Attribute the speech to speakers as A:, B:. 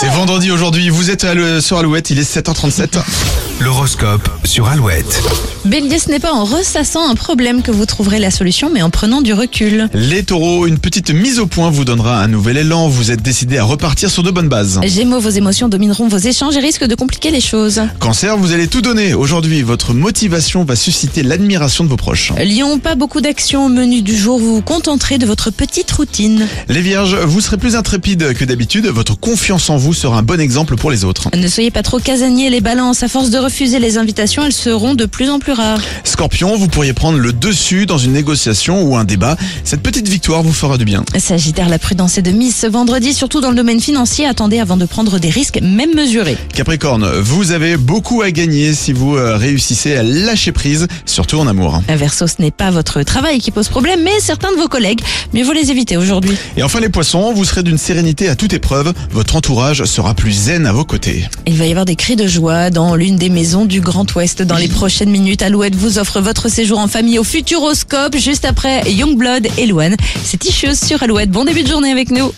A: C'est vendredi aujourd'hui, vous êtes à le- sur Alouette, il est 7h37.
B: L'horoscope sur Alouette.
C: Bélier, ce n'est pas en ressassant un problème que vous trouverez la solution, mais en prenant du recul.
A: Les taureaux, une petite mise au point vous donnera un nouvel élan, vous êtes décidé à repartir sur de bonnes bases.
C: Gémeaux, vos émotions domineront vos échanges et risquent de compliquer les choses.
A: Cancer, vous allez tout donner. Aujourd'hui, votre motivation va susciter l'admiration de vos proches.
C: Lyon, pas beaucoup d'actions au menu du jour, vous vous contenterez de votre petite routine.
A: Les vierges, vous serez plus intrépide que d'habitude, votre confiance en vous sera un bon exemple pour les autres.
C: Ne soyez pas trop casaniers, les balances, à force de refuser les invitations, elles seront de plus en plus rares.
A: Scorpion, vous pourriez prendre le dessus dans une négociation ou un débat. Cette petite victoire vous fera du bien.
C: Sagittaire, la prudence est de mise ce vendredi, surtout dans le domaine financier, attendez avant de prendre des risques, même mesurés.
A: Capricorne, vous avez beaucoup à gagner si vous euh, réussissez à lâcher prise, surtout en amour.
C: Verseau, ce n'est pas votre travail qui pose problème, mais certains de vos collègues, mieux vaut les éviter aujourd'hui.
A: Et enfin les poissons, vous serez d'une sérénité à toute épreuve, votre entourage sera plus zen à vos côtés.
C: Il va y avoir des cris de joie dans l'une des maisons du Grand Ouest dans les prochaines minutes. Alouette vous offre votre séjour en famille au Futuroscope juste après Youngblood et Loane. C'est Ticheuse sur Alouette. Bon début de journée avec nous.